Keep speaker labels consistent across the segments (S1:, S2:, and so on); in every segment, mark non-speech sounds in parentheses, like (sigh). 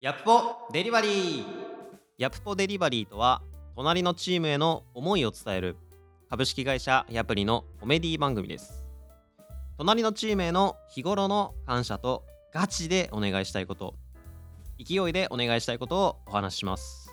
S1: ヤッポデリバリーヤッポデリバリーとは隣のチームへの思いを伝える株式会社ヤプリのコメディ番組です隣のチームへの日頃の感謝とガチでお願いしたいこと勢いでお願いしたいことをお話しします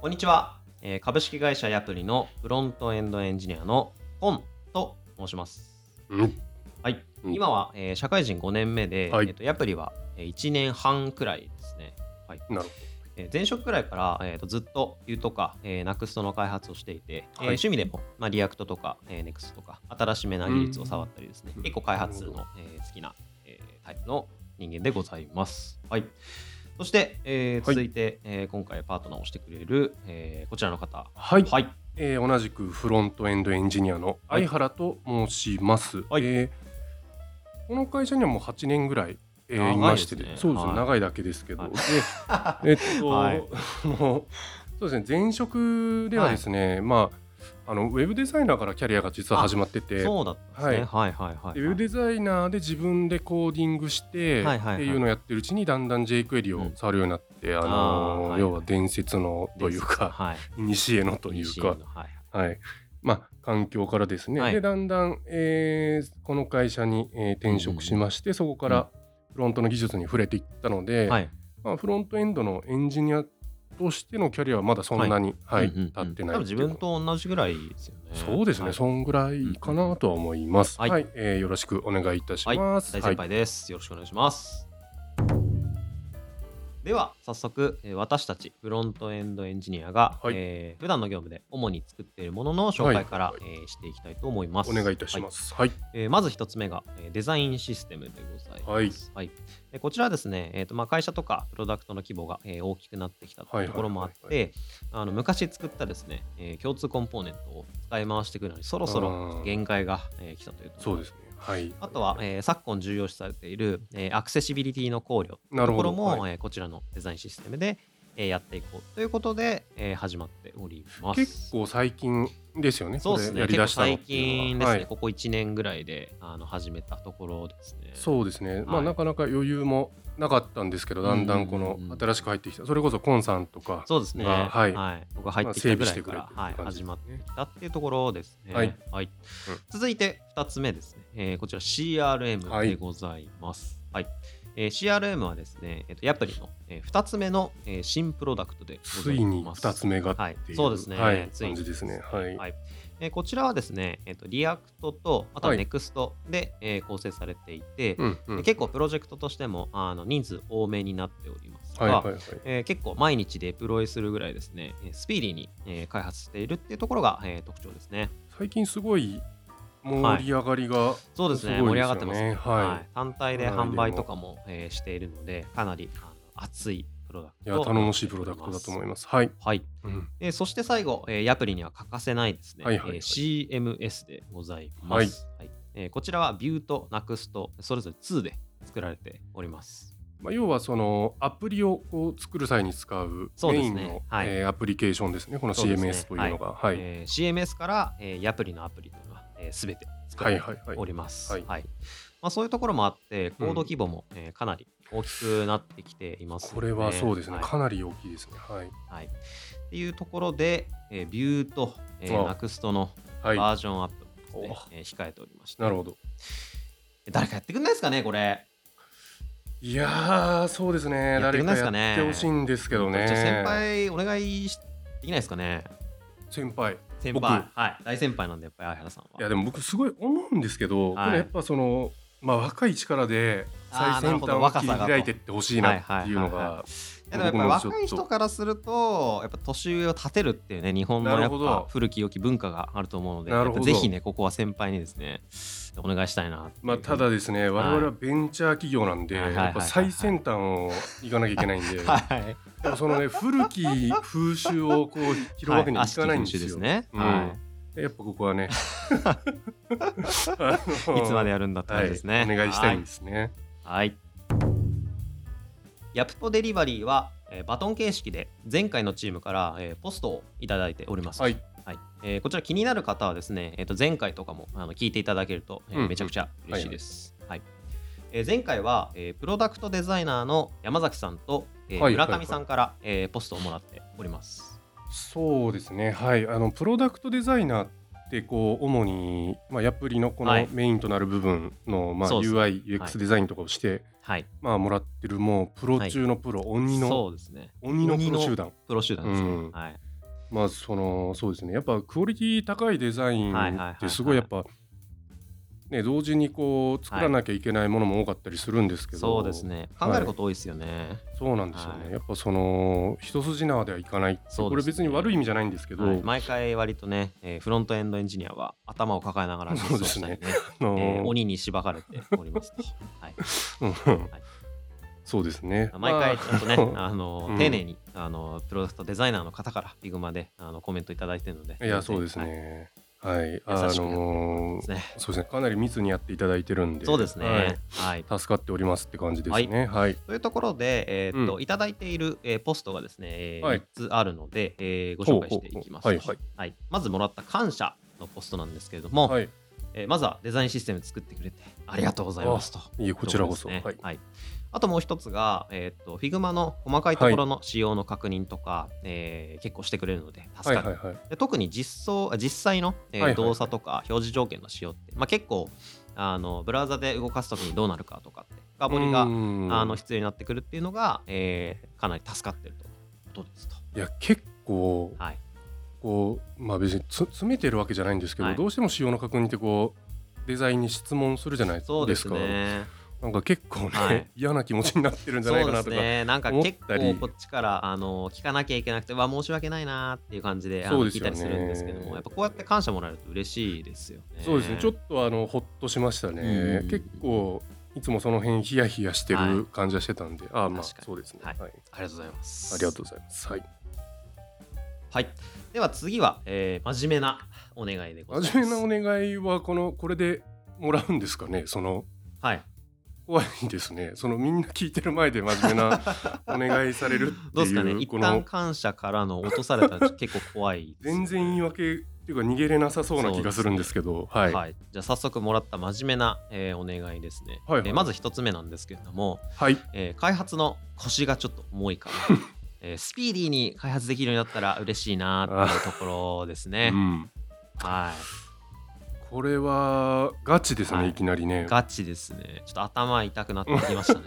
S1: こんにちは、えー株式会社ヤプリのフロントエンドエンジニアのコンと申します
S2: うん、
S1: はい、
S2: うん
S1: 今は、えー社会人5年目で、
S2: はい
S1: えっとヤプリは1年半くらいですね、はい
S2: なるほど
S1: えー前職くらいから、えーとずっと U とか、えー、NEXT の開発をしていて、えー
S2: はい
S1: 趣味でも、まあ、リアクトとか、えー、NEXT とか新しめな技術を触ったりですね、
S2: うん
S1: 結構開発するの、えー好きな、えータイプの人間でございます。はいそして、えー
S2: はい
S1: 続いて、えー今回パートナーをしてくれる、えーこちらの方。
S2: はい、
S1: はい。
S2: えー同じくフロントエンドエンジニアの
S1: はい
S2: 相原と申します、
S1: はい
S2: えーこの会社にはもう8年ぐらい、えー
S1: 長いですね
S2: いましてでそうですね、
S1: はい
S2: 長いだけですけど、
S1: はい
S2: でえっと、
S1: (laughs) はい
S2: あのそうですね前職ではですね、まああのウェブデザイナーからキャリアが実は始まってて
S1: そうだったんですね。はいはいはい、はい。
S2: でウェブデザイナーで自分でコーディングして
S1: はいはいはい
S2: っていうのをやってるうちにだんだん jQuery を触るようになって、あ
S1: あー
S2: の
S1: はい
S2: 要は伝説のというか
S1: はい。
S2: 西へのというか
S1: PC のはい
S2: はい。まあ、環境からですね。
S1: はい
S2: で、だんだん、えーこの会社に、えー転職しまして、そこからフロントの技術に触れていったので、
S1: はい。
S2: まあ、フロントエンドのエンジニアとしてのキャリアはまだそんなに、はい
S1: うんうんうん
S2: 立ってない
S1: 多分自分と同じぐらいですよね。
S2: そうですね、
S1: はい
S2: そんぐらいかなとは思います。
S1: は
S2: はいい、えーよろしくお願いいたします。
S1: 大先輩です、よろしくお願いします。では早速、えー私たちフロントエンドエンジニアが、
S2: はい
S1: えー普段の業務で主に作っているものの紹介から、
S2: はい
S1: えーしていきたいと思います。
S2: お願いいたし
S1: は
S2: ます。はい、
S1: えーまず一つ目が、えーデザインシステムでございます。はいでこちらはですね、えーとまあ、会社とかプロダクトの規模が、えー大きくなってきたと
S2: はいはい
S1: ころもあって、
S2: はいは
S1: あの昔作ったですね、えー共通コンポーネントを使い回していくのにそろそろ
S2: うん
S1: 限界が、えー来たというところ
S2: そうですね。はい。
S1: あとは、えー昨今重要視されている、えーアクセシビリティの考慮
S2: な
S1: と
S2: る
S1: こ
S2: ほ
S1: ろ
S2: ど。
S1: も、
S2: はい
S1: えーこちらのデザインシステムで、えーやっていこうということで、えー始まっております。
S2: 結構最近ですよね。
S1: そうです
S2: こ
S1: ね。
S2: れやり
S1: 結
S2: 出
S1: 構
S2: したの
S1: 最
S2: っていう
S1: 近
S2: の
S1: で
S2: は
S1: すね、
S2: はい
S1: ここ1年ぐらいであの始めたところですね。
S2: そうですね、ま
S1: は
S2: あ、
S1: い
S2: なかなか余裕もなかったんですけどだんだんこ
S1: う
S2: の
S1: んうんうん
S2: 新しく入ってきたそれこそコンさんとか
S1: そうですね。
S2: がはい
S1: 僕が入ってきたぐらいから、
S2: まあ整備してくれてる
S1: はい、
S2: 感じ
S1: 始
S2: ですね
S1: まってきたっていうところですね。
S2: はい。うん
S1: 続いて2つ目ですね。えーこちら CRM でございます。はい。えー CRM はですね、えっとヤプリの、え2つ目の、えー新プロダクトでご
S2: つ
S1: ざい
S2: いに
S1: ます。
S2: 2つ目がっていう、
S1: はいそうですね
S2: はい
S1: ついに
S2: 感じですねはい、
S1: はいえーこちらはですね、えっとリアクトと、あとは
S2: はい
S1: NEXT で、えー構成されていて、
S2: うんうん、
S1: 結構プロジェクトとしてもあの人数多めになっておりますが、
S2: はいはいはい
S1: えー結構毎日デプロイするぐらいですね、えースピーディーに、えー開発しているっていうところが、えー特徴ですね。
S2: 最近すごい盛り上がりが
S1: そうですね、盛り上がってますね。
S2: はい、
S1: 単体で販売とかも、えーしているので、かなりあの熱いプロダク
S2: い、
S1: ト。
S2: や頼もしいプロダクトだと思いますはい、
S1: す。はい、
S2: うん、
S1: えーそして最後、えー、ヤプリには欠かせないですね、
S2: はいはいはい
S1: えー CMS でございます。はいえーこちらはビューとナクスとそれぞれ2で作られております。
S2: まあ、要はそのアプリをこう作る際に使う
S1: そう
S2: メ
S1: です
S2: イ
S1: ね
S2: ンの、
S1: はい
S2: えーアプリケーションですねこの
S1: そうですね
S2: CMS というのがはい、
S1: えー CMS から、えーヤプリのアプリというのは、えー、全て作ら
S2: は
S1: れ
S2: い
S1: て
S2: はいはい
S1: おります。は
S2: はいい
S1: まあ、そういうところもあって、コード規模も、えーかなり大きくなってきています
S2: これはそうですね、
S1: はい
S2: かなり大きいですねはい
S1: はいっていうところで、えー、ビューと、えー、
S2: あ
S1: ナクストの
S2: は
S1: バージョンアップもですね、えー控えておりまし
S2: い
S1: て、
S2: なるほど
S1: 誰かやってくんないですかね、これ。
S2: いやーそうですね
S1: やって
S2: 誰
S1: くんな
S2: か
S1: いですかね
S2: やってほしいんですけどね
S1: じゃあ先輩、お願いしできないですかね。
S2: 先輩
S1: 先
S2: 僕
S1: 輩、はい、大先輩なんで、やっぱり相原さん
S2: いや
S1: は。
S2: でも僕すごい思うんですけど、
S1: はい
S2: これやっぱそのまあ若い力で
S1: あー
S2: 最先端
S1: なるほど
S2: を
S1: 若
S2: 切
S1: さ
S2: り
S1: がと
S2: 開いてってほしいなっていうの
S1: はいはいは
S2: が
S1: いやでもやっぱり若い人からすると、やっぱ年上を立てるっていうね、日本の
S2: な
S1: や
S2: る
S1: っ
S2: ほど
S1: ぱ古き良き文化があると思うので、
S2: なるほど
S1: やっぱぜひね、ここは先輩にですね、お願いしたいなっていう
S2: まあただですね我々はベンチャー企業なんで、
S1: はい
S2: やっぱ最先端を行かなきゃいけないんで、
S1: はい。
S2: でもそのね古き風習をこう拾うわけにはいかないんです
S1: はい悪しき
S2: よ。
S1: 風習ね
S2: うん
S1: は
S2: でやっぱここ
S1: (laughs)
S2: はねあの
S1: いつまでやるんだって
S2: は
S1: 感
S2: い
S1: じですね。
S2: お願いしたいんですね。
S1: はい。ヤプトデリバリーは、えーバトン形式で前回のチームから、えーポストをいただいております。
S2: はい、
S1: えーこちら気になる方はですね、えー、と前回とかもあの聞いていただけると、えー
S2: うんうん
S1: めちゃくちゃ嬉しいです。はいえー前回は、えープロダクトデザイナーの山崎さんと、えー
S2: はい
S1: 村上さんから、えーポストをもらっております。
S2: そうですね、はい、あのプロダクトデザイナーってこう主に、まあ、アプリのこ
S1: は
S2: の
S1: い
S2: メインとなる部分の、まあ、
S1: そうですね
S2: UI、
S1: はい
S2: UX デザインとかをして、
S1: はい、
S2: まあ、もらってるもうプロ中のプロ、鬼の
S1: そうですね。
S2: 鬼のプロ集団
S1: プロ集団ですね。
S2: うん
S1: はい、
S2: まあそのそうですねやっぱクオリティ高いデザイン
S1: はいはいはい
S2: っ
S1: はい
S2: てすごいやっぱね同時にこう作らなきゃいけないものも多かったりするんですけど、
S1: そうですね。考えること多いですよね。
S2: そうなんですよね、
S1: はい
S2: やっぱその一筋縄ではいかないって
S1: そう
S2: こ
S1: で
S2: れ
S1: すね
S2: 別に悪い意味じゃないんですけど、
S1: はい毎回割とね、えーフロントエンドエンジニアは頭を抱えながら
S2: そ
S1: そう
S2: う
S1: で
S2: ですすね
S1: ね、
S2: あの
S1: えー鬼にしばかれておりますと。はい、
S2: うん
S1: い
S2: そうですね
S1: 毎回ちゃんとね、
S2: まあ
S1: あの
S2: うん
S1: 丁寧にあのプロダクトデザイナーの方から Figma であのコメントいただいてるので、
S2: いやそうです
S1: はい
S2: ねはい、あ
S1: 優しく
S2: の
S1: ですね
S2: そうですねかなり密にやっていただいてるんで
S1: そうですね。
S2: はい
S1: はい
S2: 助かっておりますって感じですねはい
S1: というところで、えーっと
S2: う
S1: いただいている、えーポストがですね、えー
S2: はい
S1: 3つあるので、えーご紹介していきます。
S2: ほうほうほうはい
S1: はいまずもらった感謝のポストなんですけれども、
S2: はい
S1: えーまずはデザインシステム作ってくれてありがとうございますと。
S2: いえこちらこそ
S1: というと
S2: は
S1: で
S2: い
S1: すねはいあともう一つが、えーっと Figma の細かいところの仕様の確認とか、えー結構してくれるので助かる
S2: はいはいはい
S1: で特に実装あ実際の、えー
S2: はいはい
S1: 動作とか表示条件の仕様って、まあ、結構あのブラウザで動かすときにどうなるかとかって深掘りがあ
S2: あ
S1: の必要になってくるっていうのが、えーかなり助かってるということですと。
S2: いや結構
S1: はい、
S2: こうまあ別につ詰めてるわけじゃないんですけど、
S1: はい
S2: どうしても仕様の確認ってこうデザインに質問するじゃないですか
S1: そうですね。
S2: なんか結構ね、
S1: はい
S2: 嫌な気持ちになってるんじゃない
S1: そ
S2: か
S1: うです
S2: なとか
S1: ね。なんか
S2: 思っ
S1: 結
S2: たり
S1: 構こっちからあの聞かなきゃいけなくて、わ申し訳ないなーっていう感じであ
S2: そ
S1: の
S2: うで
S1: 聞
S2: す
S1: いた
S2: よね
S1: りするんですけども、やっぱこうやって感謝もらえると嬉しいですよね。
S2: そうですねちょっとあのほっとしましたね
S1: うん
S2: 結構いつもその辺ヒヤヒヤして
S1: は
S2: る感じはしてたんで、ああまあ
S1: 確かに
S2: そうですね
S1: は
S2: はいい、
S1: ありがとうございます。
S2: ありがとうございますはい
S1: はい。では次は、えー真面目なお願いでございます。
S2: 真面目なお願いはこのこれでもらうんですかねその
S1: はい。
S2: 怖いですねそのみんな聞いてる前で真
S1: (laughs)
S2: 面目なお願いされるっていう
S1: どうですかね一
S2: こ
S1: 旦
S2: の
S1: 感謝からの落とされたら結構怖いですよね、
S2: 全然言い訳っていうか逃げれなさそうな気がするんですけどは
S1: はいい、じゃあ早速もらった真面目な、えーお願いですね、
S2: はいはい
S1: えーまず一つ目なんですけれども、
S2: はい
S1: えー開発の腰がちょっと重いから、
S2: (laughs)
S1: えースピーディーに開発できるようになったら嬉しいなっていうところですね
S2: うん、
S1: は
S2: これはガチですね、
S1: はい
S2: い、きなり
S1: い
S2: ね
S1: ガチですねちょっと頭痛くなってきましたね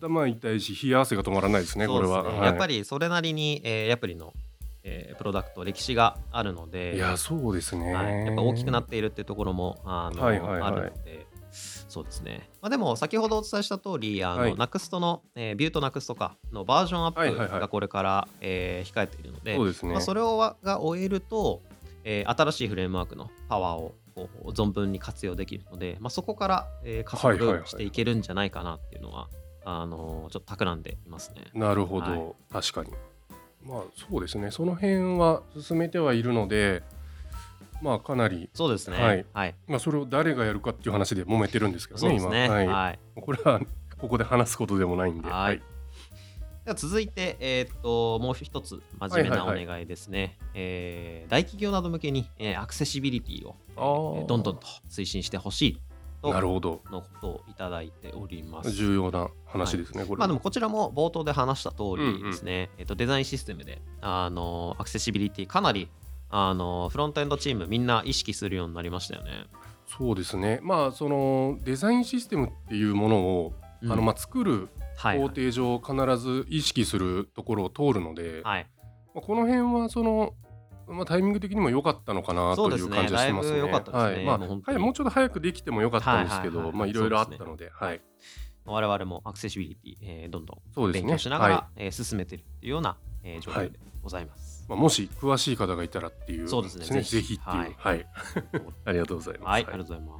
S2: 頭痛いし冷や汗が止まらないです (laughs) ね
S1: そ
S2: こ
S1: う
S2: れ
S1: です
S2: は、
S1: ね
S2: はい
S1: やっぱりそれなりに、えー、ヤプリの、えープロダクト歴史があるので
S2: いやそうですね、
S1: はい、やっぱ大きくなってているっていうところもあの、
S2: はいはいはい
S1: あるので。そうですね、まあ、でも先ほどお伝えした通りあの、
S2: はい
S1: ナクストの、えー、ビューとナクストかのバージョンア
S2: は
S1: ッ
S2: いはい
S1: プ
S2: はい
S1: がこれからえー控えているので
S2: そうですね、
S1: まあそれをわが終えると、えー新しいフレームワークのパワーをこう存分に活用できるので、まあ、そこから、えー加
S2: はいはい
S1: 速
S2: はい
S1: していけるんじゃないかなっていうのは,、あのちょっと企んでいますね。
S2: なるほど、確かにまあそうですねその辺は進めてはいるのでまあかなり
S1: そうですね、
S2: はい
S1: はい、
S2: まあそれを誰がやるかっていう話で揉めてるんですけど
S1: そう
S2: ね
S1: ですね、
S2: 今はい、
S1: はい、
S2: これはここで話すことでもないんで
S1: はいでは続いて、えーっともう一つ真面目なお願いですね、えー大企業など向けに、えーアクセシビリティを、えー
S2: あー
S1: どんどんと推進してほしいと
S2: なる
S1: の
S2: ほど
S1: ことをいただいております。
S2: 重要な話ですね、これ
S1: まあ、でもこちらも冒頭で話した通りですね、えーっとデザインシステムであのアクセシビリティかなりあのフロントエンドチームみんな意識するようになりましたよね。
S2: そうですねまあそのデザインシステムっていうものを、あのまあ作る
S1: はいは
S2: 工
S1: い
S2: 程上必ず意識するところを通るので、
S1: はい、
S2: まあ、この辺はその、まあ、タイミング的にも良かったのかな
S1: そう
S2: と
S1: で
S2: い
S1: す
S2: う
S1: ね
S2: 感じがしてます
S1: だ
S2: ね。
S1: いぶ良かったですね
S2: は
S1: も
S2: い
S1: う
S2: ま
S1: 本
S2: あ
S1: 当に
S2: はい、もうちょっと早くできても良かったんですけど、
S1: はいはいはいはい
S2: まあいろいろあったので、はい、
S1: 我々もアクセシビリティ、えーどんどん
S2: そうです
S1: 勉
S2: ね。
S1: 強しながら、
S2: は
S1: えー進めてるというような、えー状況でございます
S2: い。まあ、もし詳しい方がいたらっていう
S1: そうですねぜ
S2: ぜ
S1: ひ
S2: ひっていう、
S1: は
S2: はいい、 (laughs)
S1: ところ
S2: ありがとうございます。
S1: はい、ありがとうございます。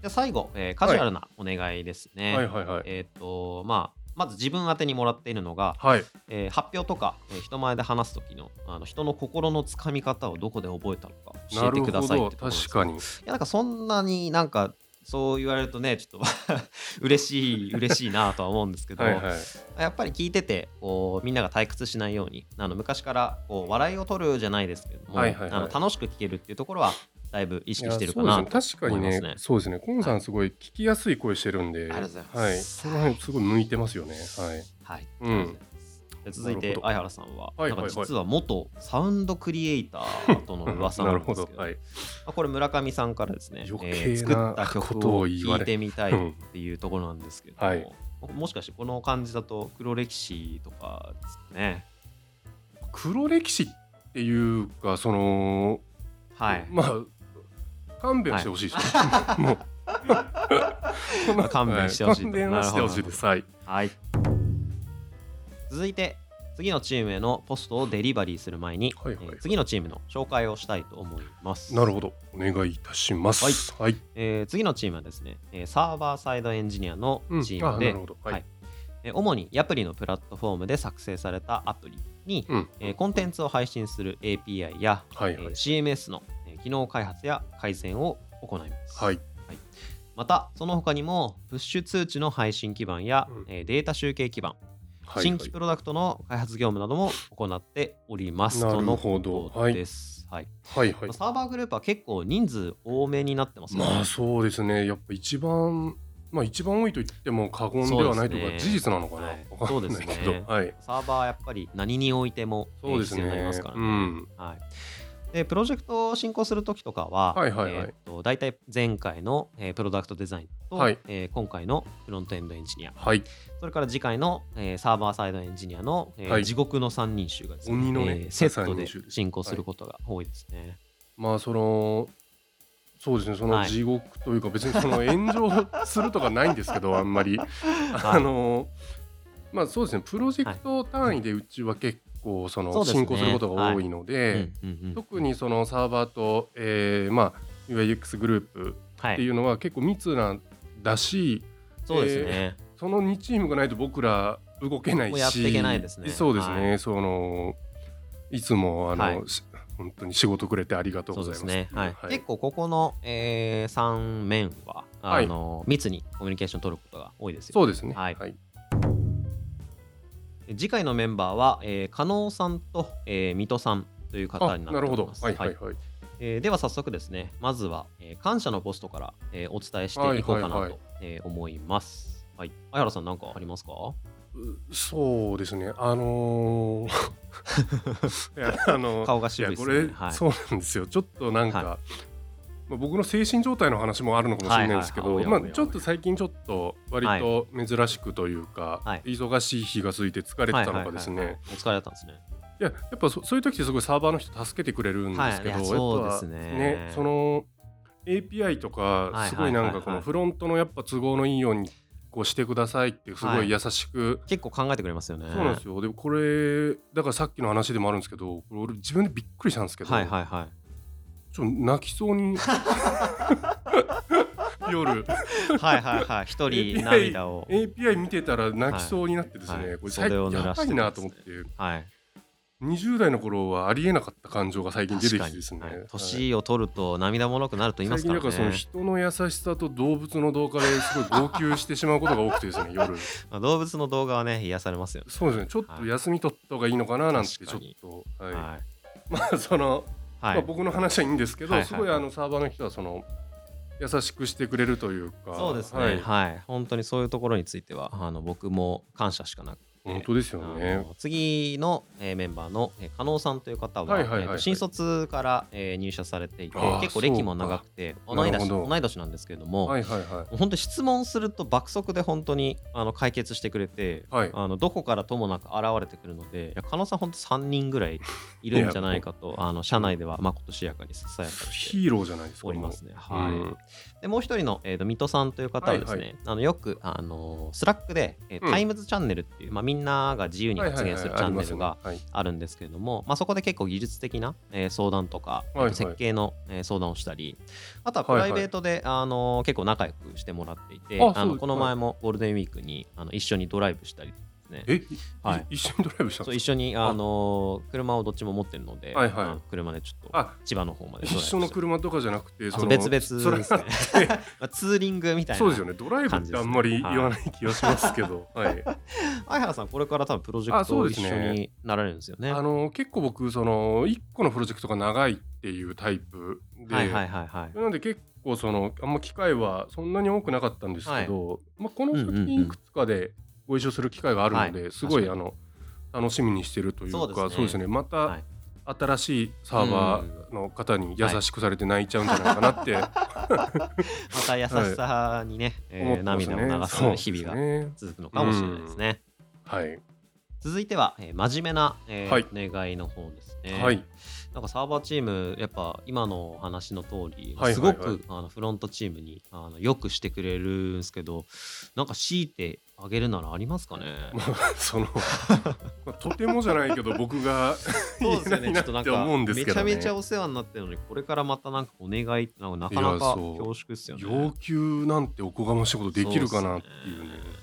S1: じゃあ最後、えーカジュアルなお願いですね。
S2: はいはいはい。
S1: えーっ、と、まあ、まず自分宛てにもらっているのが、
S2: はい、
S1: えー発表とか、えー人前で話す時のあの人の心のつかみ方をどこで覚えたのか教
S2: な
S1: えて
S2: るほ
S1: くださいっ
S2: ど、
S1: てところです
S2: 確かに。
S1: いやなんかそんなになんかそう言われるとねちょっと (laughs) 嬉しい嬉しいなとは思うんですけど
S2: はいはい。
S1: やっぱり聞いててこうみんなが退屈しないようにあの昔からこう笑いを取るじゃないですけども、
S2: はいはいは
S1: あ
S2: い
S1: の楽しく聞けるっていうところはだいぶ意
S2: い
S1: 識
S2: や
S1: してるかな
S2: そうですね確かに
S1: 思いま
S2: ね
S1: すね
S2: そうですねコンさんすごい聞きやすい声してるんで、
S1: あ
S2: は
S1: りがとうございま
S2: い、
S1: す
S2: その辺すごい向いてますよねはい
S1: はい、
S2: うん
S1: で続い
S2: な
S1: て
S2: るほど
S1: 相原さんは、
S2: はい
S1: なんか
S2: はいはい
S1: 実は元サウンドクリエイターとの噂
S2: (laughs) な
S1: な
S2: る
S1: んで
S2: ほ
S1: す
S2: ど
S1: けど、
S2: はい、
S1: あこれ村上さんからですね、え
S2: 余
S1: ー
S2: 計
S1: 作
S2: な
S1: った曲
S2: こと
S1: を
S2: を言わ
S1: 聞い
S2: れ
S1: てみたい
S2: うん
S1: っていうところなんですけども、
S2: はい
S1: もしかしてこの感じだと黒歴史とかですかね。
S2: 黒歴史っていうかその、
S1: はい。
S2: まあ勘弁してほしいです、もうこん
S1: (laughs)
S2: な
S1: 勘弁してほしいと
S2: は勘弁はしてほしいですはい
S1: はい。続いて、次のチームへのポストをデリバリーする前に、
S2: はいはい
S1: えー次のチームの紹介をしたいと思います。
S2: なるほどお願いいたしますはい、
S1: えー次のチームはですね、えーサーバーサイドエンジニアの
S2: うん、
S1: チー
S2: あ
S1: ムで、
S2: なるほどはい、
S1: はいえー主にアプリのプラットフォームで作成されたアプリに、
S2: うん
S1: えーコンテンツを配信する API や、
S2: はい
S1: えー
S2: はい
S1: CMS の、えー機能開発や改善を行います。
S2: はい
S1: また、その他にも、プッシュ通知の配信基盤や、
S2: うん
S1: えーデータ集計基盤、
S2: はい
S1: 新規プロダクトの開発業務なども行っております。
S2: なるほ
S1: との
S2: ど
S1: ことです。はい
S2: はいはい
S1: サーバーグループは結構人数多めになってますよね
S2: まあそうですねやっぱ一番まあ一番多いと言っても過言ではないという
S1: そう
S2: か
S1: ですね
S2: 事実なのかな、
S1: はい
S2: わかんないけど
S1: そうですね
S2: はい
S1: サーバーはやっぱり何においてもえ
S2: そう
S1: ー
S2: です
S1: 必要
S2: ね
S1: になりますから
S2: う
S1: ね。
S2: ん
S1: はい、でプロジェクトを進行するときとかは、
S2: はいはいは
S1: え
S2: い
S1: ーっと大体前回の、えープロダクトデザインと、
S2: はい
S1: えー今回のフロントエンドエンジニア、
S2: はい
S1: それから次回の、えーサーバーサイドエンジニアの、えー
S2: はい
S1: 地獄の三人衆がですね
S2: 鬼のね
S1: えーセット
S2: 三
S1: で
S2: 人衆です
S1: 進行することが多いですね。
S2: まあそのそうですねその
S1: はい
S2: 地獄というか、別にその炎上するとかないんです
S1: (laughs)
S2: けどあんまりあのまあそうですねプロジェクト単位でうちは結構そ
S1: そうで
S2: の
S1: すね
S2: 進行することが多いので、
S1: うんうんうん
S2: 特にそのサーバーと、えーまあ UIX グループ
S1: は
S2: ってい
S1: い、
S2: うのは結構密なんだし、
S1: そうですね。
S2: その2チームがないと僕ら動けないし
S1: もうやっていけないですね
S2: そうですね、、
S1: はい
S2: そのいつもあの、
S1: はい
S2: し本当に仕事くれてありがとう
S1: そ
S2: ご
S1: う
S2: ざ
S1: で
S2: います
S1: すね、はい
S2: はい
S1: 結構ここの、え3面はあ
S2: はい
S1: の、密にコミュニケーションを取ることが多いですよね
S2: そうですね
S1: はい
S2: はい
S1: 次回のメンバーは、えー、加納さんと、えー、水戸さんという方
S2: あ
S1: にな
S2: な
S1: って
S2: る
S1: お
S2: ほ
S1: り
S2: ど
S1: ます。
S2: はいはいはい、
S1: えーでは早速ですね、まずは、えー、感謝のポストから、えー、お伝えしていこうかなと、
S2: はいはいはい
S1: えー思います。はい、相原さん何かありますか？
S2: そうですねあの
S1: (laughs)
S2: ーいやあの
S1: 顔が渋い
S2: や
S1: です
S2: こ
S1: ね。
S2: れ、
S1: はい、
S2: そうなんですよちょっとなんか、
S1: は
S2: まあ、僕の精神状態の話もあるのかもしれないんですけど、
S1: はいはいはいはい
S2: まあ、ちょっと最近ちょっと割と珍しくというか、
S1: はい
S2: 忙しい日が続いて疲れてたのかですね、
S1: はいはいはいはいお疲れだったんですね。
S2: いややっぱそそういう時ってすごいサーバーの人助けてくれるんですけど、
S1: はいいやそうですね
S2: やっぱその API と
S1: は
S2: か
S1: い
S2: すごいなん
S1: はいはいは
S2: か
S1: い
S2: このフロントのやっぱ都合のいいようにこうしてくださいってすごい優しく、
S1: 結構考えてくれますよね。
S2: そうなんですよでこれだからさっきの話でもあるんですけどこれ俺自分でびっくりしたんですけど、
S1: はいはいは
S2: ちょっと泣きそ
S1: (laughs)
S2: うに夜
S1: い。はいはいはい。一人
S2: (laughs) API
S1: 涙を。
S2: API 見てたら泣きそうになってですね、
S1: はいはい
S2: これ最
S1: 袖を
S2: 近
S1: 濡
S2: や
S1: らしてる
S2: ばい
S1: んですね
S2: なと思って、
S1: はい。
S2: 20代の頃はありえなかった感情が最近出
S1: 確
S2: てき
S1: か
S2: て
S1: に
S2: ですね、
S1: はい
S2: はい
S1: 年を取ると涙もろくなると言いま
S2: 最
S1: すか
S2: 近だ
S1: ら
S2: からその
S1: ね。
S2: 人の優しさと動物の同化ですごい号泣してしまうことが多く
S1: (laughs)
S2: てですね夜
S1: まあ動物の動画はね癒されますよね。
S2: そうですねちょっと休み取った方がいいのかななんてちょ
S1: 確
S2: っ
S1: かに
S2: と、はい
S1: は
S2: (laughs) まあその、
S1: い。は
S2: まあ、
S1: い。
S2: 僕の話はいいんですけど、
S1: はいはい
S2: すごいあのサーバーの人はその優しくしてくれるというか
S1: そうですね、
S2: は
S1: はいい、本当にそういうところについては、あの僕も感謝しかなくて。
S2: 本当ですよ
S1: あ
S2: ね
S1: の次の、えーメンバーの、えー、加納さんという方は、
S2: はいはいはいはい
S1: えーと新卒から、えー入社されていて
S2: あー
S1: 結構歴も長くて
S2: そうか
S1: 同い
S2: なる
S1: 年
S2: ほど
S1: 同い年なんですけれども、
S2: はいはいは
S1: 本当に質問すると爆速で本当にあの解決してくれて、
S2: はい
S1: あのどこからともなく現れてくるのでいや加納さん本当3人ぐらいいるんじゃないかとあの社内ではまことしやかにささやか
S2: い
S1: にして
S2: ヒーローじゃないですか
S1: おりますね。はい、
S2: うん
S1: でもう一人の、えー、と水戸さんという方はですね、
S2: はい
S1: あのよく、あのースラックで、えー
S2: うん
S1: タイムズチャンネルっていう、まあ、みんなが自由に発言するチャンネルが
S2: はい
S1: あるんですけれども、まあ、そこで結構技術的な、えー相談とか、
S2: はいはい
S1: あと設計の、えー相談をしたりあとはプライベートで、あのー結構仲良くしてもらっていて
S2: あ
S1: の
S2: そう
S1: この前もゴールデンウィークにあの一緒にドライブしたりですね
S2: え、
S1: はい
S2: い一緒にドライブしたん
S1: そう
S2: で
S1: 一
S2: す
S1: 緒に、あのー車をどっちも持ってるので、
S2: はいはい
S1: あの車でちょっ
S2: か
S1: と
S2: あ
S1: 千葉の方までドライ
S2: 一
S1: ブして
S2: 緒の車とかじゃなくて
S1: あ
S2: そ
S1: そう
S2: の
S1: 別々です
S2: そ
S1: ね
S2: れ
S1: (laughs) まあツーリングみたいな
S2: そうですよねドライブってあんまり
S1: 感じですね
S2: 言わない気がしますけど、はい、
S1: (laughs) 相原さん、これから多分プロジェク
S2: あ
S1: ト
S2: そ
S1: を
S2: うで
S1: 一
S2: す
S1: 緒
S2: ね
S1: になられるんですよね。
S2: あの結構僕その1個のプロジェクトが長いっていうタイプで、
S1: はいはいはいはい。
S2: なので結構そのあんま機会はそんなに多くなかったんですけど、まあ、この
S1: うんう
S2: 作
S1: んうん
S2: 品いくつかでご一緒する機会があるので、
S1: はい
S2: すごい
S1: 確
S2: あ
S1: か
S2: の楽しみにしてるというか
S1: そうですね
S2: ま
S1: は
S2: た
S1: い
S2: 新しいサーバーの方に優しくされて泣いちゃうんじゃないかなって、
S1: また優しさにね、えー
S2: 思ってますね。
S1: 涙を
S2: そう
S1: 流す日々が
S2: ですね
S1: 続くのかもしれないですね。
S2: はい、
S1: 続いては、えー真面目な、えー
S2: はい
S1: お願いの方ですね。
S2: はい、
S1: なんかサーバーチーム、やっぱ今のお話の通り、
S2: はいはいはい
S1: すごくあのフロントチームにあのよくしてくれるんですけど、なんか強いてあげるならありますかね
S2: まあ (laughs) そのまあとてもじゃないけど僕が
S1: そうですよね、
S2: 言え
S1: ちょ
S2: な
S1: っとなん
S2: いなって
S1: か、
S2: 思うんです
S1: め
S2: け
S1: ち
S2: ど
S1: ゃ
S2: ね
S1: めちゃお世話になってるのに、これからまたなんかお願いってなんかなかない
S2: や
S1: か
S2: そう
S1: 恐縮っすよね。
S2: 要求なんておこがましいことできるかなっていうね
S1: そっすね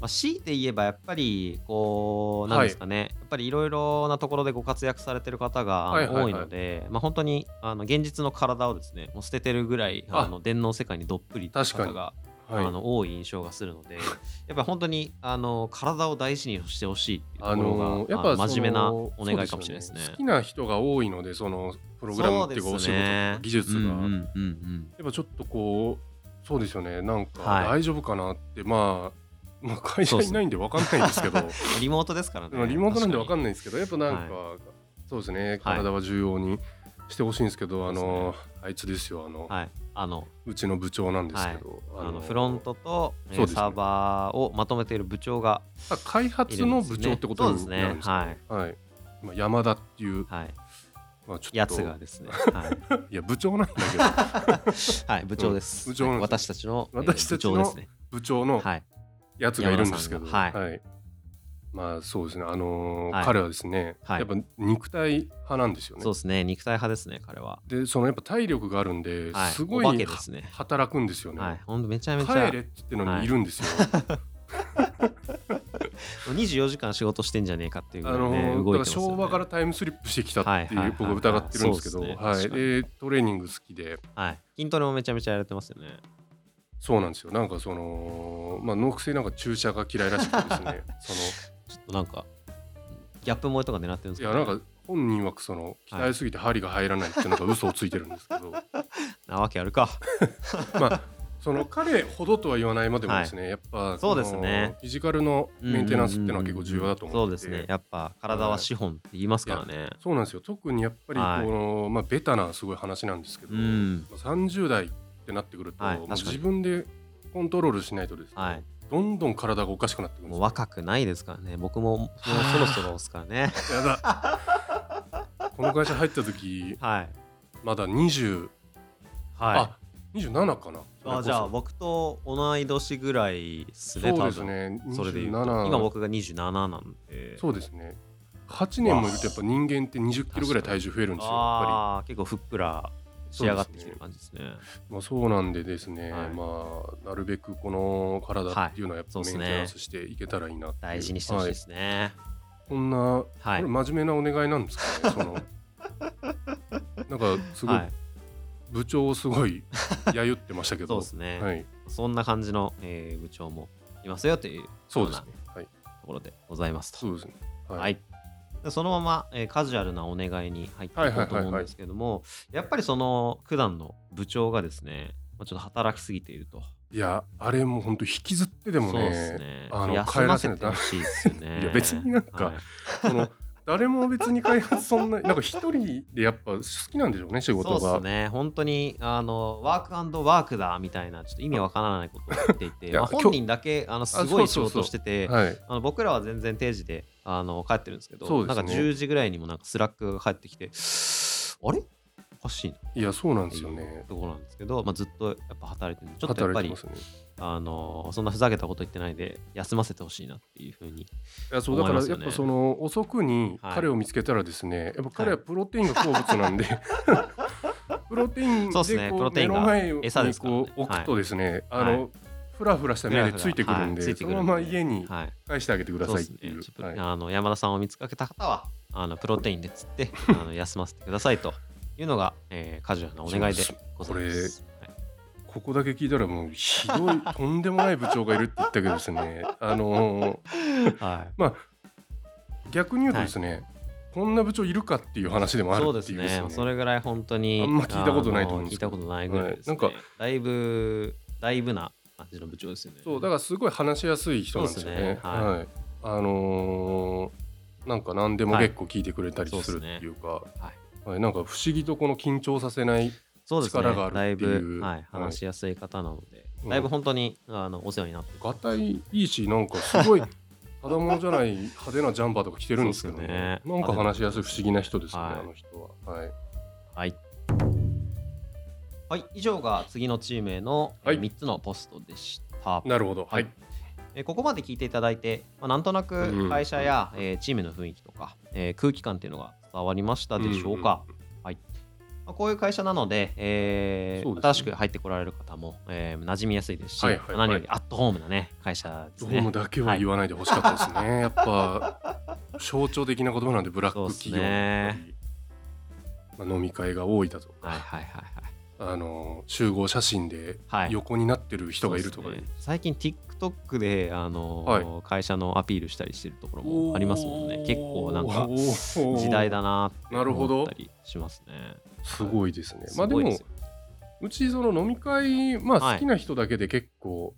S1: まあ、強いて言えばやっぱりこうなんですかね、やっぱりいろいろなところでご活躍されてる方が
S2: はいはいはい
S1: 多いので、まあ、本当にあの現実の体をですねもう捨ててるぐらい
S2: あ
S1: あの電脳世界にどっぷりという
S2: 確かに
S1: 方が
S2: はい
S1: あの多い印象がするのでやっぱり本当にあの体を大事にしてほしいっていうところが、
S2: あのーやっ
S1: あ
S2: ぱ
S1: の真
S2: その
S1: 面目なお願いかもしれないですね。
S2: そうよ好きな人が多いのでそのプログラムっていうかお仕事とか技術が、
S1: うんうんう
S2: や
S1: んうん
S2: っぱちょっとこうそうですよねなんか
S1: はい
S2: 大丈夫かなって、まあ、まあ会社
S1: そうっす
S2: いないんで分かんないんですけど
S1: リモートですからね。
S2: まあリモートなん (laughs) で分か
S1: ない。
S2: んないんですけどやっぱなんか、そうですね
S1: はい
S2: 体は重要にしてほしいんですけど、あ
S1: そう
S2: の
S1: で
S2: あいつですよあの、
S1: はい、あの
S2: うちの部長なんですけど、
S1: あのフロントと、えー
S2: そうですね
S1: サーバーをまとめている部長が
S2: あ開
S1: い
S2: 発
S1: るん
S2: の
S1: です、ね、
S2: 部長ってことになるんです
S1: そう
S2: か
S1: ですねはい
S2: はいまあ山田っていう、
S1: はい
S2: まあ、ちょっと
S1: やつがですね、はい、
S2: いや部長なんだけど
S1: (laughs) はい、部長です、
S2: うん部長
S1: はい
S2: なんで
S1: 私たちのえー
S2: 私たちの
S1: 部長ですね
S2: 部長の
S1: はい
S2: やつがいるんですけど、
S1: 山田さんが
S2: まあそうですね、あのー
S1: はい
S2: 彼はですね、
S1: はい
S2: やっぱ肉体派なんですよね。
S1: そうですね肉体派ですね彼は、
S2: で、そのやっぱ体力があるんで、
S1: はい、
S2: すご
S1: お化
S2: い、
S1: けですね
S2: 働くんですよね。
S1: はいほんとめちゃめちゃ
S2: 帰れって言ってのにいるんですよ。
S1: 24時間仕事してんじゃねえかっていうぐ
S2: あ
S1: らい、ね
S2: のー
S1: 動いてま
S2: だか
S1: す
S2: ら
S1: よ、ね、
S2: 昭和からタイムスリップしてきたっていう、
S1: はいはいはい
S2: 僕は疑ってるんですけど、
S1: そうですね
S2: はい
S1: 確かに
S2: でトレーニング好きで、
S1: はい、筋トレもめちゃめちゃやられてますよね
S2: そうなんですよ。なんかそのまあ脳性なんか注射が嫌いらしくてで
S1: (laughs)
S2: すね、その
S1: ちょっとなんかギャップ萌えとか狙ってるんです
S2: い
S1: か、
S2: やなんか本人はその鍛えすぎて針が入らないっていうのが嘘をついてるんで
S1: (laughs)
S2: すけど、
S1: なわけあるか
S2: まあその彼ほどとは言わないまでもですね、やっぱ
S1: そうですね
S2: このフィジカルのメンテナンスっていうのは結構重要だと思
S1: そう
S2: っ
S1: で
S2: て
S1: すねやっぱ体は資本って言いますからね、
S2: そうなんですよ特にやっぱりこ
S1: はい
S2: の、まあ、ベタなすごい話なんですけど、
S1: うん
S2: まあ30代ってなってくると、
S1: はい
S2: もう
S1: 確かに
S2: 自分でコントロールしないとですね、
S1: はい
S2: どんどん体がおかしくなってくるん
S1: も
S2: で
S1: う
S2: すよ
S1: 若くないですからね僕ももう
S2: はあ
S1: そろそろですからね
S2: やだこの会社入った時
S1: はい
S2: まだ20、
S1: はい
S2: あ27かな
S1: あじゃあ僕と同い年ぐらいですね
S2: そう
S1: 多
S2: です
S1: 分
S2: ね27
S1: それで言うと今僕が27なんで
S2: そうですね8年もいるとやっぱ人間って2 0キロぐらい体重増えるんですよやっぱり
S1: ああ結構ふっくら仕上がってきてる感じですね
S2: まあ、そうなんでですね、
S1: はい
S2: まあ、なるべくこの体っていうのはやっぱ
S1: はいそう
S2: メン
S1: です
S2: テ
S1: ね
S2: ナンスしていけたらいいなっていう
S1: 大事にしてほしい
S2: は
S1: で
S2: い、
S1: すね
S2: こんな、
S1: はい、
S2: こ
S1: は
S2: れ真面目なお願いなんですかね
S1: (laughs)
S2: そのなんかす
S1: い
S2: ごい、部長をすごい揶揄ってましたけ
S1: そう
S2: ど
S1: ですね、
S2: はい、
S1: そんな感じの、えー部長もいますよという
S2: そうですねはい
S1: ところでございますと
S2: そうですねはい、
S1: はい、でそのまま、えーカジュアルなお願いに入っていこうと思うんですけども、やっぱりその九段の部長がですね、まあ、ちょっと働きすぎていると。
S2: いやあれもう本当引きずってでも
S1: そう
S2: ね
S1: ですね。
S2: あの
S1: 休ませてほしいですよね。
S2: (laughs) いや別になんか
S1: はい
S2: その誰も別に開発そんななんか一人でやっぱ好きなんでしょうね仕
S1: そ
S2: 事
S1: う
S2: が
S1: ですね。本当にあのワークワークだみたいなちょっと意味わからないことを言っていて、
S2: いや
S1: まあ、
S2: 今日
S1: 本人だけあのすごい仕事をしてて。
S2: はい
S1: あの僕らは全然定時であの帰ってるんですけど
S2: そうです
S1: な
S2: ね
S1: んか10時ぐらいにもなんかスラックが返ってきてあれおかしいない
S2: やそうなん
S1: っ
S2: で
S1: て
S2: すよ
S1: い
S2: ね
S1: うところなんですけど、まあ、ずっとやっぱ働いてるんで、ちょっとやっぱ
S2: 働いて
S1: り
S2: ま、すね
S1: あのーそんなふざけたこと言ってないで、休ませてほしいなっていうふうに。
S2: いやそう
S1: 思
S2: だ
S1: い
S2: から
S1: ます
S2: や
S1: よ
S2: っ
S1: ね
S2: ぱその遅くに
S1: はい
S2: 彼を見つけたらですね、やっぱ彼はプロテインが好物な
S1: (laughs)
S2: んで、プロテインで
S1: そうっすねプ
S2: こ
S1: ロ
S2: う
S1: テイ
S2: 目
S1: ンが
S2: の前に
S1: 餌ですからね
S2: こう置くとですね、
S1: はい
S2: あ
S1: は
S2: のふらふらした目でついてくるん
S1: はいつ
S2: で、
S1: いて
S2: そ
S1: くるんで
S2: のまま家に
S1: はい。
S2: 返してあげてくだ
S1: そう
S2: さい
S1: で
S2: っ
S1: す
S2: てい
S1: ね
S2: う。。
S1: ちょっと
S2: はい
S1: あの山田さんを見つけた方は、あのプロテインでつ
S2: (laughs)
S1: って、あの休ませてくださいというのが、えーカジュアルなお願いでございます。はい
S2: ここだけ聞いたらもうひど
S1: (laughs)
S2: いとんでもない部長がいるって言ったけどですね、あのー
S1: はい。
S2: 逆に言うとですね、こんな部長いるかっていう話でもある
S1: そう
S2: っ
S1: です
S2: ていうです
S1: ね
S2: よね
S1: それぐらい本当に
S2: あんま聞いたことないと思うんですけど
S1: あの聞いたことないぐらいです、ね
S2: はいなん
S1: かだいぶだいぶな感じの部長ですよね
S2: そうだからすごい話しやすい人なんですよね。
S1: そうですねはい
S2: はいあのーなんか何でも結構聞いてくれたり
S1: はい
S2: するっていうか、はい
S1: ねは
S2: なんか不思議とこの緊張させない、
S1: そうですね
S2: 力があるっていう
S1: だいぶ、は
S2: はい
S1: い、話しやすい方なので、
S2: うん
S1: だいぶ本当にあのお世話になって
S2: がたいいいし、なんかす
S1: (laughs)
S2: ごいただものじゃない派手なジャンパーとか着てるんですけど、
S1: そうですよね
S2: ね、なんか話しやすい不思議な人ですね、
S1: はい
S2: あの人は。はい、
S1: はい。はい、以上が次のチームへの、えー
S2: はい
S1: 3つのポストでした。
S2: なるほど、はい、
S1: えーここまで聞いていただいて、まあ、なんとなく会社や、えーチームの雰囲気とか、えー空気感っていうのが伝わりましたでしょうか。はいまあこういう会社なので,、えー
S2: そうですね
S1: 新しく入ってこられる方も、えー馴染みやすいですし、
S2: はいはいはい
S1: 何よりアットホームな、ね、会社です
S2: ド
S1: ね。
S2: ームだけは言わないでほしかったですね、
S1: (laughs)
S2: やっぱ象徴的な言葉なんで、ブラック企業、
S1: そう
S2: まあ、飲み会が多いだとか、
S1: はいはいはいはい
S2: あの集合写真で
S1: はい
S2: 横になってる人がいるとか
S1: そう
S2: で、
S1: ですね最近 TikTok で、あのー会社のアピールしたりしてるところもありますもんね結構なんか時
S2: 時
S1: 代だなって
S2: なるほど
S1: 思ったりしますね
S2: すごいですね
S1: す
S2: まあで
S1: ごい
S2: も
S1: すよ
S2: うちその飲み会まあ
S1: はい
S2: 好きな人だけで結構、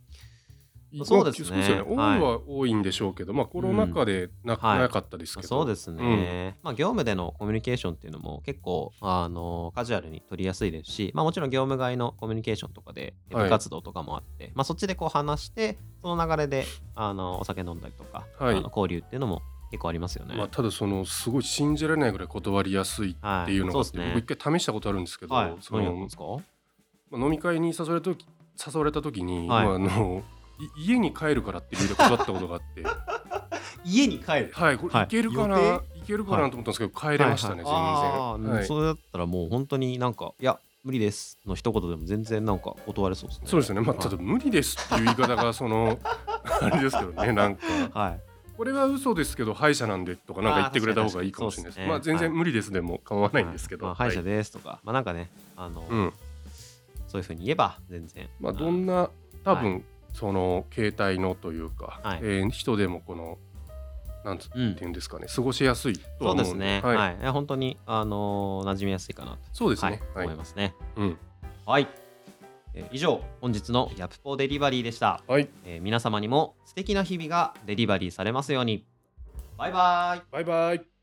S2: い
S1: そうですね
S2: まあよ多い
S1: はい
S2: は多いんでしょうけど、まあコロナ禍でな,、
S1: はい
S2: なかったですけど
S1: そうですね、まあ、業務でのコミュニケーションっていうのも結構、あのーカジュアルに取りやすいですし、まあ、もちろん業務外のコミュニケーションとかで
S2: はい
S1: 部活動とかもあって、まあ、そっちでこう話してその流れで、あのーお酒飲んだりとか、
S2: はい
S1: あの交流っていうのも結構ありますよね、
S2: まあ、ただそのすごい信じられないぐらい断りやすいっていうのがあっ
S1: は
S2: て、
S1: いそうですね
S2: 僕一回試したことあるんですけど、
S1: はい
S2: そ
S1: 何やったん
S2: の
S1: ですか (laughs) は
S2: まあ飲み会に誘われた時誘われた時に、
S1: はい
S2: まあ、あのい家に帰るからっていう理由で断ったことがあって。
S1: (laughs) 家に帰る
S2: はい、これ
S1: はい
S2: いけるかな、
S1: 予
S2: い、けるかなと思ったんですけど、帰れました
S1: は
S2: ね、
S1: いはい
S2: 全
S1: あー
S2: 然。はい
S1: それだったらもう本当になんか「いや無理です」の一言でも全然なんか断れそうですね
S2: そうですよね、まあ、ちょっと無理ですっていう言い方が、
S1: (laughs)
S2: その、あれですけどね、なんか、
S1: はい
S2: これは嘘ですけど、歯医者なんでとか、なんか言ってくれた方がいいかもしれないです。
S1: あー
S2: まあ、
S1: 確かに
S2: 全然無理ですでも構わないんですけど、
S1: まあ、歯医者
S2: はい
S1: ですとか、まあなんかねあの、
S2: うん、
S1: そういうふうに言えば全然
S2: まあ、ど
S1: うん
S2: な、多分、その、携帯のというか、
S1: はい
S2: えー人でも、この、なんつって
S1: ん
S2: いうんですかね、過ごしやすいと
S1: そ
S2: は
S1: う
S2: 思
S1: です
S2: ん
S1: ねは、
S2: はいい、
S1: いや本当にあのー馴染みやすいかなと
S2: そうですね。
S1: は、
S2: はいい、
S1: 思いますね
S2: うん、
S1: はい、えー以上本日のヤプポデリバリーでした、
S2: はい、
S1: えー皆様にも素敵な日々がデリバリーされますようにバイバイ
S2: バイバイ。